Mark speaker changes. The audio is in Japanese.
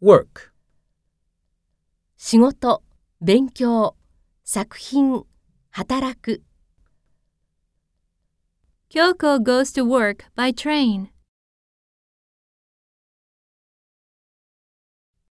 Speaker 1: work,
Speaker 2: 仕事、勉強、作品、働く。
Speaker 3: Kyoko goes to work by train.